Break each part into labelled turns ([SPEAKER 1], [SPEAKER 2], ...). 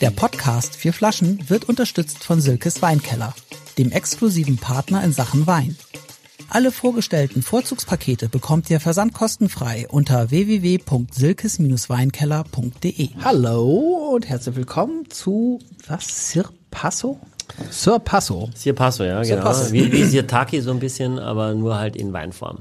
[SPEAKER 1] Der Podcast Vier Flaschen wird unterstützt von Silkes Weinkeller, dem exklusiven Partner in Sachen Wein. Alle vorgestellten Vorzugspakete bekommt ihr versandkostenfrei unter www.silkes-weinkeller.de. Hallo und herzlich willkommen zu was Sirpasso? Sirpasso.
[SPEAKER 2] Sir Passo, ja, genau.
[SPEAKER 1] Passo.
[SPEAKER 2] Wie, wie Sirtaki so ein bisschen, aber nur halt in Weinform.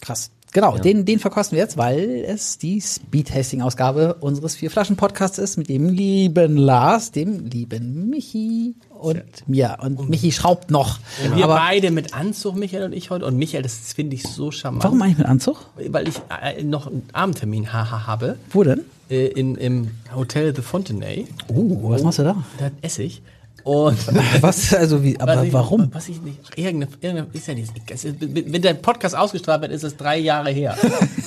[SPEAKER 1] Krass. Genau, den, den verkosten wir jetzt, weil es die Speedtasting-Ausgabe unseres Vier-Flaschen-Podcasts ist mit dem lieben Lars, dem lieben Michi und mir. Und Michi schraubt noch.
[SPEAKER 3] Wir
[SPEAKER 1] Aber
[SPEAKER 3] beide mit Anzug, Michael und ich heute. Und Michael, das finde ich so charmant.
[SPEAKER 1] warum eigentlich mit Anzug?
[SPEAKER 3] Weil ich äh, noch einen Abendtermin haha, habe
[SPEAKER 1] Wo denn?
[SPEAKER 3] äh, in, im Hotel The Fontenay.
[SPEAKER 1] Uh, was machst du da?
[SPEAKER 3] Da esse ich. Und
[SPEAKER 1] Was, also wie,
[SPEAKER 3] Was
[SPEAKER 1] aber
[SPEAKER 3] ich,
[SPEAKER 1] warum?
[SPEAKER 3] Was ich nicht. Irgendeine, irgendeine ist ja nicht. es ist- Wenn der Podcast ausgestrahlt wird, ist es drei Jahre her.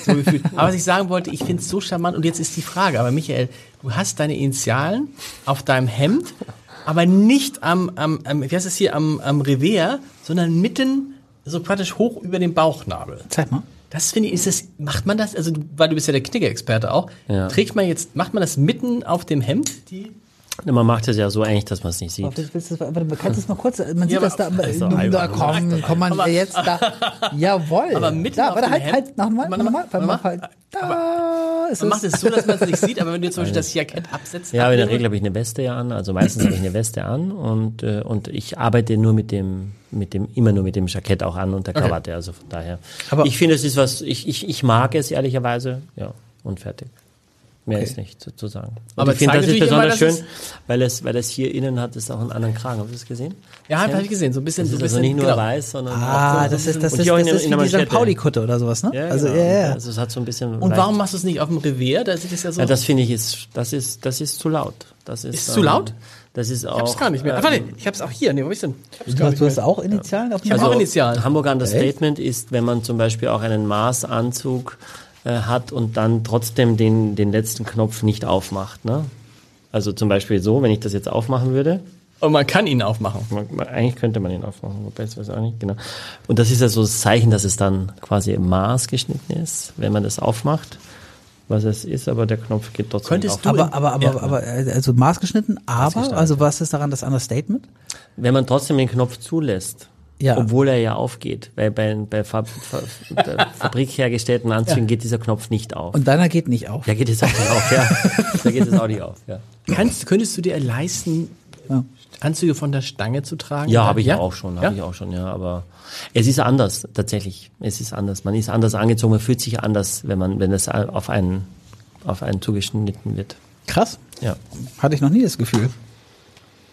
[SPEAKER 3] So gefühlt. aber was ich sagen wollte, ich finde es so charmant. Und jetzt ist die Frage, aber Michael, du hast deine Initialen auf deinem Hemd, aber nicht am, am, am wie heißt es hier, am, am Revers, sondern mitten, so praktisch hoch über dem Bauchnabel.
[SPEAKER 1] Zeig mal.
[SPEAKER 3] Das finde ich, ist das, macht man das, also du, weil du bist ja der Knickerexperte auch,
[SPEAKER 2] Ja.
[SPEAKER 3] trägt man jetzt, macht man das mitten auf dem Hemd, die
[SPEAKER 2] Na, Man macht es ja so eigentlich, dass man es nicht sieht.
[SPEAKER 1] Warte, willst du das- warte, kannst du es noch kurz? Man sieht
[SPEAKER 3] aber-
[SPEAKER 1] das da. äh,
[SPEAKER 2] ist doch
[SPEAKER 1] da
[SPEAKER 2] albern.
[SPEAKER 1] komm, komm man
[SPEAKER 3] Aber-
[SPEAKER 1] jetzt da. Jawohl.
[SPEAKER 3] Aber mitten
[SPEAKER 1] da,
[SPEAKER 3] auf
[SPEAKER 1] warte,
[SPEAKER 3] dem
[SPEAKER 1] halt,
[SPEAKER 3] Hemd-
[SPEAKER 1] halt, nochmal,
[SPEAKER 3] Man-
[SPEAKER 1] nochmal.
[SPEAKER 3] man-
[SPEAKER 1] mach halt. Da ist
[SPEAKER 3] Man macht
[SPEAKER 1] es.
[SPEAKER 3] es so, dass man es nicht sieht, aber wenn du jetzt zum Beispiel das Jackett absetzt,
[SPEAKER 2] Also Ja, aber in der
[SPEAKER 3] abnehme-
[SPEAKER 2] Regel habe ich eine Weste ja an, also meistens habe ich eine Weste an und, äh, und ich arbeite nur mit dem, mit dem, immer nur mit dem Jackett auch an und der Krawatte, also von daher.
[SPEAKER 1] Aber-
[SPEAKER 2] Aber ich finde, es ist was, ich, ich, ich mag es ehrlicherweise, ja, und fertig. Mehr ist nicht zu, zu sagen. Und
[SPEAKER 3] Aber
[SPEAKER 2] ich finde,
[SPEAKER 3] zeig
[SPEAKER 2] das ist
[SPEAKER 3] natürlich immer,
[SPEAKER 2] besonders
[SPEAKER 3] dass
[SPEAKER 2] schön, weil es, weil es hier innen hat, ist auch einen anderen Kragen. Habt ihr das gesehen?
[SPEAKER 3] Ja, habe ich gesehen, so ein bisschen,
[SPEAKER 2] Das
[SPEAKER 3] so ein
[SPEAKER 2] ist
[SPEAKER 3] bisschen
[SPEAKER 2] also nicht nur
[SPEAKER 3] genau.
[SPEAKER 2] weiß, sondern
[SPEAKER 1] Ah,
[SPEAKER 2] auch so.
[SPEAKER 1] das ist, das
[SPEAKER 2] Und
[SPEAKER 1] ist,
[SPEAKER 2] hier auch
[SPEAKER 1] das
[SPEAKER 2] in der-
[SPEAKER 1] ist
[SPEAKER 2] in
[SPEAKER 1] wie
[SPEAKER 2] der
[SPEAKER 1] die St.
[SPEAKER 2] Manschette.
[SPEAKER 1] Pauli-Kutte oder sowas, ne?
[SPEAKER 2] Ja,
[SPEAKER 1] also,
[SPEAKER 2] genau.
[SPEAKER 1] ja, ja.
[SPEAKER 2] Also es hat so ein bisschen.
[SPEAKER 3] Und warum
[SPEAKER 2] leicht-
[SPEAKER 3] machst du es nicht auf dem Revier? Da ist es ja so.
[SPEAKER 2] Ja, das finde ich ist, das ist, das ist zu laut. Das ist, ähm,
[SPEAKER 3] Ist zu laut?
[SPEAKER 2] Das ist auch.
[SPEAKER 3] ich hab's gar nicht mehr.
[SPEAKER 2] ähm,
[SPEAKER 3] Ah, warte, ich hab's auch hier. Nee, wo ist denn?
[SPEAKER 2] Mhm.
[SPEAKER 3] Ich hab's
[SPEAKER 1] Du hast, du hast auch Initialen auf dem
[SPEAKER 3] Also-
[SPEAKER 1] Arm?
[SPEAKER 3] auch Initialen.
[SPEAKER 2] Hamburger Understatement ist, wenn man zum Beispiel auch einen Maßanzug äh, hat und dann trotzdem den, den letzten Knopf nicht aufmacht. Ne? Also zum Beispiel so, wenn ich das jetzt aufmachen würde,
[SPEAKER 3] Und man kann ihn aufmachen.
[SPEAKER 2] man, man, eigentlich könnte man ihn aufmachen, wobei ich weiß auch nicht genau. Und das ist ja so das Zeichen, dass es dann quasi im Maß geschnitten ist, wenn man das aufmacht, was es ist, aber der Knopf geht trotzdem
[SPEAKER 3] Könntest
[SPEAKER 2] nicht auf.
[SPEAKER 3] du-
[SPEAKER 1] aber, aber, aber,
[SPEAKER 3] Ja.
[SPEAKER 1] aber, äh, also maßgeschnitten, aber,
[SPEAKER 2] Maßgeschneidert,
[SPEAKER 1] also was ist daran das Understatement?
[SPEAKER 2] Wenn man trotzdem den Knopf zulässt,
[SPEAKER 1] Ja.
[SPEAKER 2] obwohl er ja aufgeht, weil bei, bei Fab, Fa- bei fabrikhergestellten Anzügen geht dieser Knopf nicht auf.
[SPEAKER 1] Und deiner geht nicht auf.
[SPEAKER 2] Da geht es auch nicht auf, ja. Da geht es auch nicht auf, ja.
[SPEAKER 3] Kannst, könntest du dir leisten,
[SPEAKER 1] Ja.
[SPEAKER 3] Anzüge von der Stange zu tragen?
[SPEAKER 2] Ja, habe ich auch schon, habe ich auch schon, ja. Aber es ist anders, tatsächlich. Es ist anders. Man ist anders angezogen, man fühlt sich anders, wenn man, wenn es auf einen, auf einen zugeschnitten wird.
[SPEAKER 1] Krass.
[SPEAKER 2] Ja.
[SPEAKER 1] Hatte ich noch nie das Gefühl.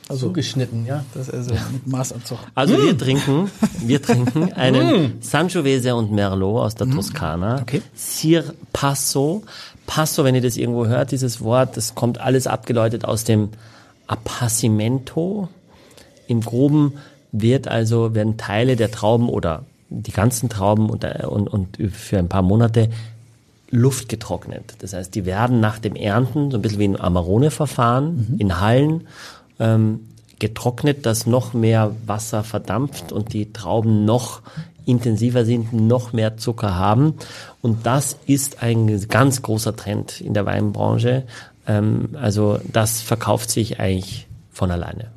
[SPEAKER 3] Also geschnitten, ja.
[SPEAKER 1] Das ist also mit Maßanzug.
[SPEAKER 2] Also wir trinken, wir trinken einen Sangiovese und Merlot aus der Toskana.
[SPEAKER 1] Okay.
[SPEAKER 2] Sir Passo. Passo, wenn ihr das irgendwo hört, dieses Wort, das kommt alles abgeleitet aus dem Appassimento. Im Groben wird also, werden Teile der Trauben oder die ganzen Trauben und, und, und für ein paar Monate Luft getrocknet. Das heißt, die werden nach dem Ernten, so ein bisschen wie ein Amarone-Verfahren, in Hallen ähm, getrocknet, dass noch mehr Wasser verdampft und die Trauben noch intensiver sind, noch mehr Zucker haben. Und das ist ein ganz großer Trend in der Weinbranche. Ähm, also das verkauft sich eigentlich von alleine.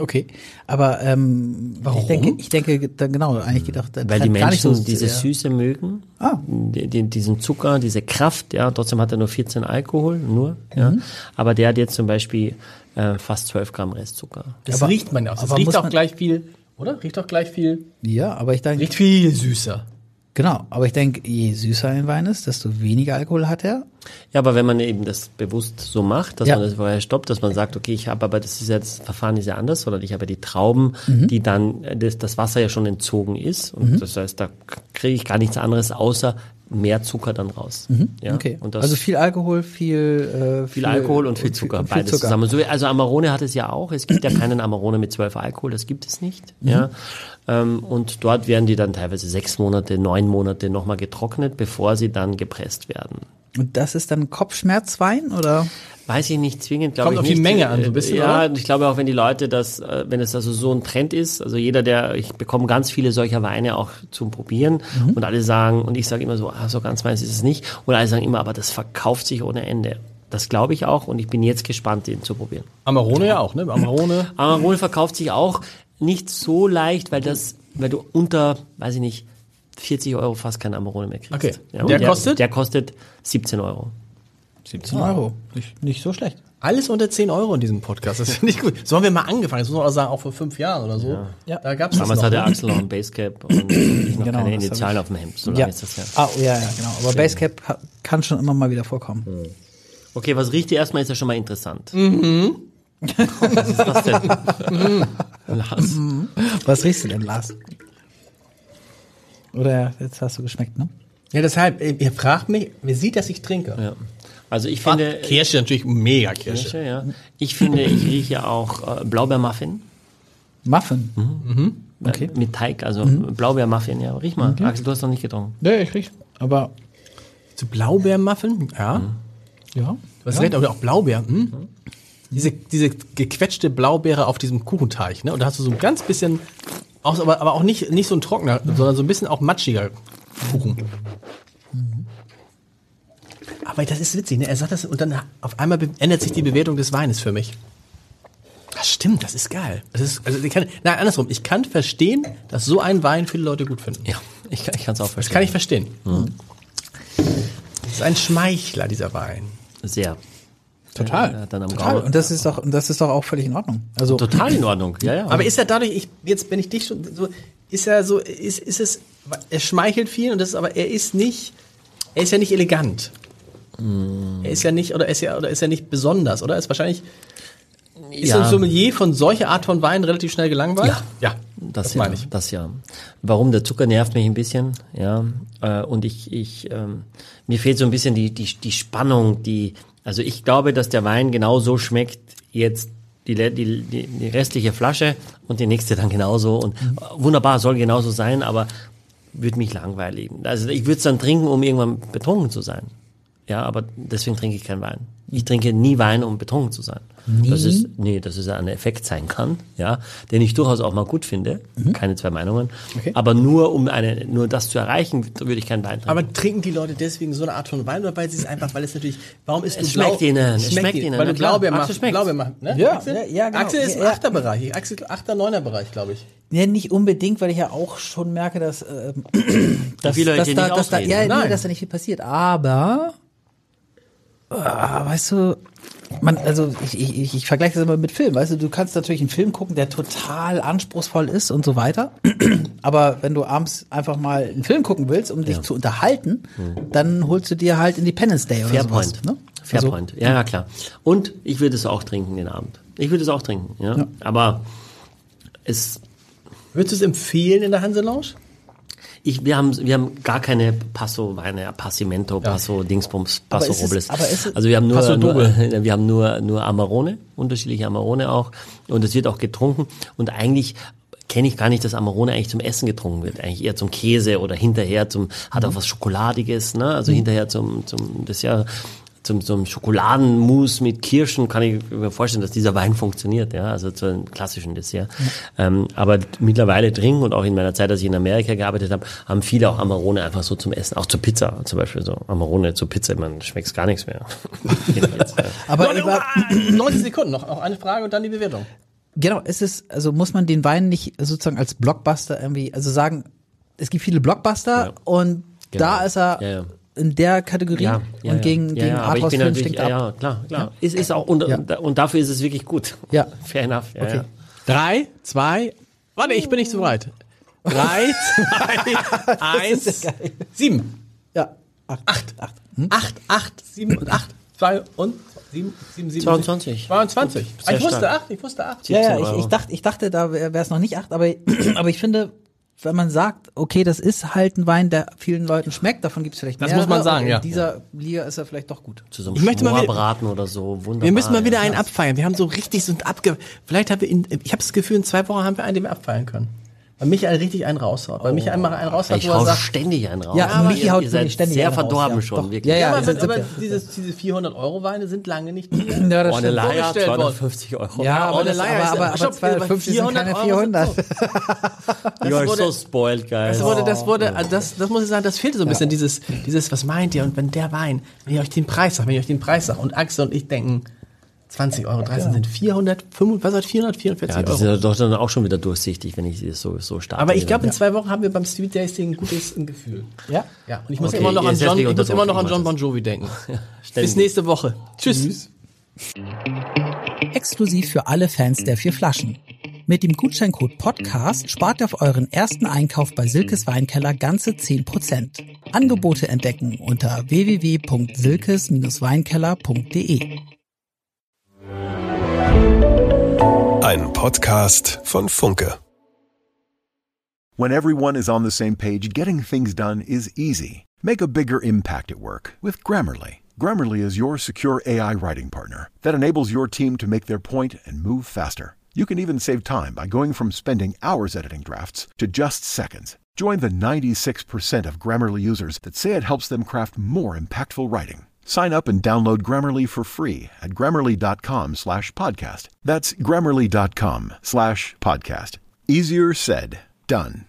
[SPEAKER 1] Okay. Aber ähm, ich denke, ich denke, da- genau, eigentlich geht auch der
[SPEAKER 2] Weil die
[SPEAKER 1] Trend gar nicht
[SPEAKER 2] Menschen
[SPEAKER 1] so
[SPEAKER 2] diese
[SPEAKER 1] sehr- Ah.
[SPEAKER 2] Süße mögen, die, die, diesen Zucker, diese Kraft, ja, trotzdem hat er nur 14 Alkohol, nur, ja.
[SPEAKER 1] Mhm.
[SPEAKER 2] Aber der hat jetzt zum Beispiel äh, fast 12 Gramm Restzucker.
[SPEAKER 3] Das
[SPEAKER 1] Aber-
[SPEAKER 3] riecht man ja auch. Das
[SPEAKER 1] aber muss
[SPEAKER 3] riecht auch
[SPEAKER 1] man-
[SPEAKER 3] gleich viel, oder? Riecht auch gleich viel.
[SPEAKER 1] Ja, aber ich denke,
[SPEAKER 3] Riecht viel süßer.
[SPEAKER 1] genau, aber ich denke, je süßer ein Wein ist, desto weniger Alkohol hat er.
[SPEAKER 2] Ja, aber wenn man eben das bewusst so macht, dass
[SPEAKER 1] Ja.
[SPEAKER 2] man das vorher stoppt, dass man sagt, okay, ich habe aber das ist ja das Verfahren ist ja anders, sondern ich habe die Trauben,
[SPEAKER 1] Mhm.
[SPEAKER 2] die dann äh, das, das Wasser ja schon entzogen ist und das heißt, da k- kriege ich gar nichts anderes außer mehr Zucker dann raus. Ja,
[SPEAKER 1] okay.
[SPEAKER 2] Und das
[SPEAKER 1] also viel Alkohol, viel äh,
[SPEAKER 2] viel Alkohol und viel Zucker, beides zusammen. So, wie- also Amarone hat es ja auch. Es gibt ja keinen Amarone mit 12 Alkohol, das gibt es nicht.
[SPEAKER 3] Mhm.
[SPEAKER 2] Ja. Ähm, und dort werden die dann teilweise sechs Monate, neun Monate nochmal getrocknet, bevor sie dann gepresst werden.
[SPEAKER 1] Und das ist dann Kopfschmerzwein oder?
[SPEAKER 2] Weiß ich nicht zwingend, glaube
[SPEAKER 3] Kommt
[SPEAKER 2] ich
[SPEAKER 3] auf
[SPEAKER 2] nicht.
[SPEAKER 3] die Menge an, so ein bisschen,
[SPEAKER 2] Ja,
[SPEAKER 3] oder?
[SPEAKER 2] und ich glaube auch, wenn die Leute das, äh, wenn es also so ein Trend ist, also jeder, der, ich bekomme ganz viele solcher Weine auch zum Probieren
[SPEAKER 3] Mhm.
[SPEAKER 2] und alle sagen, und ich sage immer so, ah, so ganz meins ist es nicht, und alle sagen immer, aber das verkauft sich ohne Ende. Das glaube ich auch und ich bin jetzt gespannt, den zu probieren.
[SPEAKER 3] Amarone ja auch, ne? Amarone.
[SPEAKER 2] Amarone verkauft sich auch nicht so leicht, weil das, weil du unter, weiß ich nicht, 40 Euro fast kein Amarone mehr kriegst.
[SPEAKER 3] Okay.
[SPEAKER 2] und
[SPEAKER 3] Der kostet?
[SPEAKER 2] Der kostet 17 Euro.
[SPEAKER 1] 17 Euro. Nicht, nicht so schlecht.
[SPEAKER 3] Alles unter 10 Euro in diesem Podcast. Das finde ich gut. So haben wir mal angefangen. Das muss man auch sagen, auch vor fünf Jahren oder so.
[SPEAKER 1] Ja.
[SPEAKER 3] Da gab es das
[SPEAKER 2] Damals
[SPEAKER 3] noch.
[SPEAKER 2] hatte Axel noch ein Basecap und ich noch
[SPEAKER 1] Genau,
[SPEAKER 2] keine
[SPEAKER 1] das
[SPEAKER 2] Initialen auf dem Hemd. So lange
[SPEAKER 1] Ja.
[SPEAKER 2] ist das ja.
[SPEAKER 1] Ah, ja, ja, genau. Aber Basecap ha- kann schon immer mal wieder vorkommen.
[SPEAKER 2] Hm. Okay, was riecht dir erstmal ist ja schon mal interessant. Mhm. Was ist das denn? Lars.
[SPEAKER 1] Was riechst du denn, Lars? Oder jetzt hast du geschmeckt, ne?
[SPEAKER 3] Ja, deshalb, äh, ihr fragt mich, wer sieht, dass ich trinke?
[SPEAKER 2] Ja. Also ich finde,
[SPEAKER 3] Kirsche natürlich, mega äh, Kirsche.
[SPEAKER 2] Kirsche, ja. ich finde, ich rieche auch äh, Blaubeermuffin
[SPEAKER 1] Muffin.
[SPEAKER 2] Mhm. okay. äh, mit Teig, also Blaubeermuffin. Ja, riech mal. Axel, du hast noch nicht getrunken.
[SPEAKER 1] Ja, ich riech. Aber,
[SPEAKER 3] Zu Blaubeermuffin? Ja.
[SPEAKER 1] ja.
[SPEAKER 3] Du hast recht, aber auch Blaubeer. Hm? Diese, diese gequetschte Blaubeere auf diesem Kuchenteig, ne? Und da hast du so ein ganz bisschen, auch, so- aber, aber auch nicht, nicht so ein trockener, sondern so ein bisschen auch matschiger Kuchen. Mhm. Aber das ist witzig, ne? Er sagt das und dann auf einmal be- ändert sich die Bewertung des Weines für mich. Das stimmt, das ist geil. Das ist, also ich kann, nein, andersrum. Ich kann verstehen, dass so ein Wein viele Leute gut finden.
[SPEAKER 2] Ja, ich, ich kann es auch verstehen.
[SPEAKER 3] Das kann ich verstehen. Das ist ein Schmeichler, dieser Wein.
[SPEAKER 2] Sehr.
[SPEAKER 1] Total.
[SPEAKER 2] Ja, dann am
[SPEAKER 1] Total.
[SPEAKER 2] Gaumen.
[SPEAKER 1] Und das ist doch, und das ist doch auch völlig in Ordnung. Also,
[SPEAKER 2] Total in Ordnung. Ja, ja.
[SPEAKER 3] Aber ist er dadurch, ich, jetzt wenn ich dich schon so, ist er so, ist, ist es, er schmeichelt viel und das ist, aber er ist nicht, er ist ja nicht elegant. Er ist ja nicht, oder er ist ja, oder ist ja nicht besonders, oder? Er Ist wahrscheinlich, ist
[SPEAKER 2] Ja.
[SPEAKER 3] ein Sommelier von solcher Art von Wein relativ schnell gelangweilt?
[SPEAKER 2] Ja.
[SPEAKER 3] das,
[SPEAKER 2] das, ja,
[SPEAKER 3] meine ich.
[SPEAKER 2] Das ja. Warum? Der Zucker nervt mich ein bisschen, ja. Äh, Und ich, ich, ähm, mir fehlt so ein bisschen die, die, die Spannung, die, also ich glaube, dass der Wein genau so schmeckt, jetzt die, le- die, die, die restliche Flasche und die nächste dann genauso. Und
[SPEAKER 3] Mhm.
[SPEAKER 2] äh, wunderbar, soll genauso sein, aber würde mich langweiligen. Also ich würde es dann trinken, um irgendwann betrunken zu sein. Ja, aber deswegen trinke ich keinen Wein. Ich trinke nie Wein, um betrunken zu sein. Das ist, nee, dass es ein Effekt sein kann, ja, den ich durchaus auch mal gut finde. Keine zwei Meinungen. Aber nur um eine, nur das zu erreichen, würde ich keinen Wein trinken.
[SPEAKER 3] Aber trinken die Leute deswegen so eine Art von Wein oder weil sie es einfach, weil es natürlich, warum ist
[SPEAKER 2] Es schmeckt ihnen, es schmeckt ihnen,
[SPEAKER 3] Weil
[SPEAKER 2] na
[SPEAKER 3] du
[SPEAKER 2] klar.
[SPEAKER 3] Blaubeer
[SPEAKER 2] Axel
[SPEAKER 3] machst,
[SPEAKER 2] schmeckt's.
[SPEAKER 3] Blaubeer machst, ne?
[SPEAKER 1] Ja,
[SPEAKER 3] Axel?
[SPEAKER 1] ja, ja, genau.
[SPEAKER 3] Axel ist im
[SPEAKER 1] Ja, ja.
[SPEAKER 3] Achterbereich, Axel, Achter, Neuner Bereich, glaube ich.
[SPEAKER 1] ja, nicht unbedingt, weil ich ja auch schon merke, dass, ähm, dass,
[SPEAKER 2] viele Leute
[SPEAKER 1] dass,
[SPEAKER 2] nicht
[SPEAKER 1] da, dass, da,
[SPEAKER 2] ausreden,
[SPEAKER 1] ja,
[SPEAKER 2] ne?
[SPEAKER 1] nee,
[SPEAKER 3] Nein.
[SPEAKER 1] dass da nicht viel passiert. Aber, ah, weißt du, man, also ich, ich, ich, ich vergleiche das immer mit Film. Weißt du, du kannst natürlich einen Film gucken, der total anspruchsvoll ist und so weiter. Aber wenn du abends einfach mal einen Film gucken willst, um dich zu unterhalten, dann holst du dir halt Independence Day oder sowas.
[SPEAKER 2] Fairpoint.
[SPEAKER 1] Ne? Also,
[SPEAKER 2] Fairpoint. ja, ja, klar. Und ich würde es auch trinken den Abend. Ich würde es auch trinken, ja. Aber es,
[SPEAKER 3] Würdest du es empfehlen in der Hanse Lounge?
[SPEAKER 2] ich, wir haben, wir haben gar keine Passo-Weine, Passimento, Passo, Dingsbums, Passo
[SPEAKER 1] ist es-
[SPEAKER 2] Robles.
[SPEAKER 1] aber ist es-
[SPEAKER 2] also wir haben
[SPEAKER 3] Passo
[SPEAKER 2] nur, nur
[SPEAKER 3] Doble.
[SPEAKER 2] wir haben nur, nur Amarone, unterschiedliche Amarone auch. Und es wird auch getrunken. Und eigentlich kenne ich gar nicht, dass Amarone eigentlich zum Essen getrunken wird. Eigentlich eher zum Käse oder hinterher zum, hat
[SPEAKER 1] Mhm.
[SPEAKER 2] auch was Schokoladiges, ne? Also hinterher zum, zum, das ist ja, zum, zum Schokoladenmus mit Kirschen kann ich mir vorstellen, dass dieser Wein funktioniert, ja, also zu einem klassischen Dessert. Ähm, aber mittlerweile trinken und auch in meiner Zeit, als ich in Amerika gearbeitet habe, haben viele auch Amarone einfach so zum Essen, auch zur Pizza zum Beispiel so. Amarone zur Pizza, man schmeckt gar nichts mehr. Finde ich jetzt, äh, ja.
[SPEAKER 1] aber
[SPEAKER 3] Leute,
[SPEAKER 1] über,
[SPEAKER 3] hurra! 90 Sekunden noch, noch eine Frage und dann die Bewertung.
[SPEAKER 1] Genau, es ist, also muss man den Wein nicht sozusagen als Blockbuster irgendwie, also sagen, es gibt viele Blockbuster
[SPEAKER 2] Ja.
[SPEAKER 1] und
[SPEAKER 2] Genau.
[SPEAKER 1] da ist er
[SPEAKER 2] Ja, ja.
[SPEAKER 1] in der Kategorie
[SPEAKER 2] Ja, ja,
[SPEAKER 1] und gegen,
[SPEAKER 2] ja,
[SPEAKER 1] gegen
[SPEAKER 2] ja, aber ich
[SPEAKER 1] Arthouse
[SPEAKER 2] bin
[SPEAKER 1] Film
[SPEAKER 2] natürlich,
[SPEAKER 1] stinkt
[SPEAKER 2] ja,
[SPEAKER 1] ab.
[SPEAKER 2] ja, klar, klar. Ist, ist auch, und, und dafür ist es wirklich gut.
[SPEAKER 1] Ja.
[SPEAKER 2] Fair enough. Ja, ja.
[SPEAKER 3] Drei, zwei, warte, ich bin nicht so weit. Drei, zwei, eins, sieben,
[SPEAKER 1] Ja. Acht. Acht.
[SPEAKER 3] acht, acht, sieben und acht, zwei und sieben, sieben, sieben.
[SPEAKER 2] 22.
[SPEAKER 3] 22. Ah,
[SPEAKER 2] Sehr
[SPEAKER 3] ich wusste
[SPEAKER 2] stark.
[SPEAKER 3] acht, ich wusste acht.
[SPEAKER 1] Ja, ja,
[SPEAKER 2] 17
[SPEAKER 1] ich, ich,
[SPEAKER 2] Euro.
[SPEAKER 1] dachte, ich dachte, da wäre es noch nicht acht, aber, aber ich finde, wenn man sagt, okay, das ist halt ein Wein, der vielen Leuten schmeckt, davon gibt es vielleicht
[SPEAKER 3] Das
[SPEAKER 1] mehrere,
[SPEAKER 3] muss man
[SPEAKER 1] und
[SPEAKER 3] sagen,
[SPEAKER 1] in
[SPEAKER 3] ja.
[SPEAKER 1] dieser Liga ist er vielleicht doch gut.
[SPEAKER 2] Zu so
[SPEAKER 3] Ich
[SPEAKER 2] einem
[SPEAKER 3] möchte mal wieder-
[SPEAKER 2] Schmorbraten oder so, wunderbar.
[SPEAKER 3] Wir müssen mal wieder
[SPEAKER 2] ja.
[SPEAKER 3] einen abfeiern. Wir haben so richtig so ein abge. Vielleicht haben wir in, ich habe das Gefühl, in zwei Wochen haben wir einen, den wir abfeiern können. Weil Michael richtig einen raushaut. Weil Michael mal einen raushaut,
[SPEAKER 2] Ich
[SPEAKER 3] wo er
[SPEAKER 2] hau
[SPEAKER 3] sagt,
[SPEAKER 2] ständig einen raus.
[SPEAKER 1] Ja,
[SPEAKER 2] aber
[SPEAKER 1] Michi
[SPEAKER 2] ihr,
[SPEAKER 1] haut
[SPEAKER 2] ihr seid
[SPEAKER 1] wirklich ständig
[SPEAKER 2] sehr
[SPEAKER 1] einen raus,
[SPEAKER 2] verdorben
[SPEAKER 1] ja.
[SPEAKER 2] schon,
[SPEAKER 1] Doch.
[SPEAKER 2] wirklich.
[SPEAKER 1] Ja,
[SPEAKER 3] ja,
[SPEAKER 1] ja,
[SPEAKER 3] aber,
[SPEAKER 1] wir sind-
[SPEAKER 3] aber dieses, diese 400-Euro-Weine sind lange nicht mehr.
[SPEAKER 1] Ja, das
[SPEAKER 2] Ohne
[SPEAKER 1] stimmt.
[SPEAKER 2] Leier,
[SPEAKER 3] Vorgestellt worden.
[SPEAKER 2] 250 Euro.
[SPEAKER 1] Ja, aber,
[SPEAKER 3] ohne
[SPEAKER 1] das,
[SPEAKER 3] Leier ist
[SPEAKER 1] aber, aber,
[SPEAKER 3] ja-
[SPEAKER 1] aber
[SPEAKER 3] Stopp,
[SPEAKER 1] 250 sind keine 400.
[SPEAKER 3] 400 Euro sind
[SPEAKER 2] You are
[SPEAKER 3] wurde-
[SPEAKER 2] so spoiled, guys.
[SPEAKER 3] Das wurde, das wurde, also das, das muss ich sagen, das fehlte so ein bisschen, dieses, dieses, was meint ihr? Und wenn der Wein, wenn ihr euch den Preis sagt, wenn ihr euch den Preis sagt und Axel und ich denken, 20 Euro, 30 sind 400, 5, was hat 444
[SPEAKER 2] Ja, die sind
[SPEAKER 3] Euro?
[SPEAKER 2] ja doch dann auch schon wieder durchsichtig, wenn ich das so, so starte.
[SPEAKER 3] Aber ich glaube, in zwei Wochen haben wir beim Sweet Tasting ein gutes Gefühl.
[SPEAKER 1] Ja.
[SPEAKER 3] Ja, und ich muss
[SPEAKER 2] Okay,
[SPEAKER 3] immer noch
[SPEAKER 2] ihr
[SPEAKER 3] an
[SPEAKER 2] setzt
[SPEAKER 3] John,
[SPEAKER 2] mich
[SPEAKER 3] ich
[SPEAKER 2] unter
[SPEAKER 3] muss immer
[SPEAKER 2] Druck,
[SPEAKER 3] noch an
[SPEAKER 2] ich
[SPEAKER 3] John Bon
[SPEAKER 2] weiß
[SPEAKER 3] Jovi denken.
[SPEAKER 2] ständig.
[SPEAKER 3] Bis nächste Woche. Tschüss.
[SPEAKER 1] Exklusiv für alle Fans der vier Flaschen. Mit dem Gutscheincode Podcast spart ihr auf euren ersten Einkauf bei Silkes Weinkeller ganze 10%. Angebote entdecken unter www.silkes-weinkeller.de.
[SPEAKER 4] Ein Podcast von Funke.
[SPEAKER 5] When everyone is on the same page, getting things done is easy. Make a bigger impact at work with Grammarly. Grammarly is your secure AI writing partner that enables your team to make their point and move faster. You can even save time by going from spending hours editing drafts to just seconds. Join the 96% of Grammarly users that say it helps them craft more impactful writing. Sign up and download Grammarly for free at grammarly.com slash podcast. That's grammarly.com slash podcast. Easier said, done.